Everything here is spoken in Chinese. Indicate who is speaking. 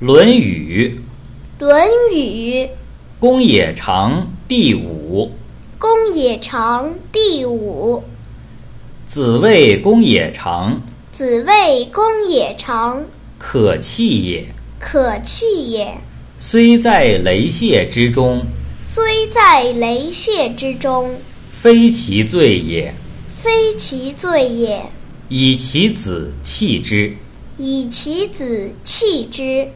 Speaker 1: 《论语
Speaker 2: 《论语》
Speaker 1: ·公冶长第五》：
Speaker 2: 公冶长第五，
Speaker 1: 子谓公冶长，
Speaker 2: 子谓公冶长，
Speaker 1: 可弃也。
Speaker 2: 可弃也。
Speaker 1: 虽在雷泄之中，
Speaker 2: 虽在雷泄之中，
Speaker 1: 非其罪也。
Speaker 2: 非其罪也。
Speaker 1: 以其子弃之。
Speaker 2: 以其子弃之。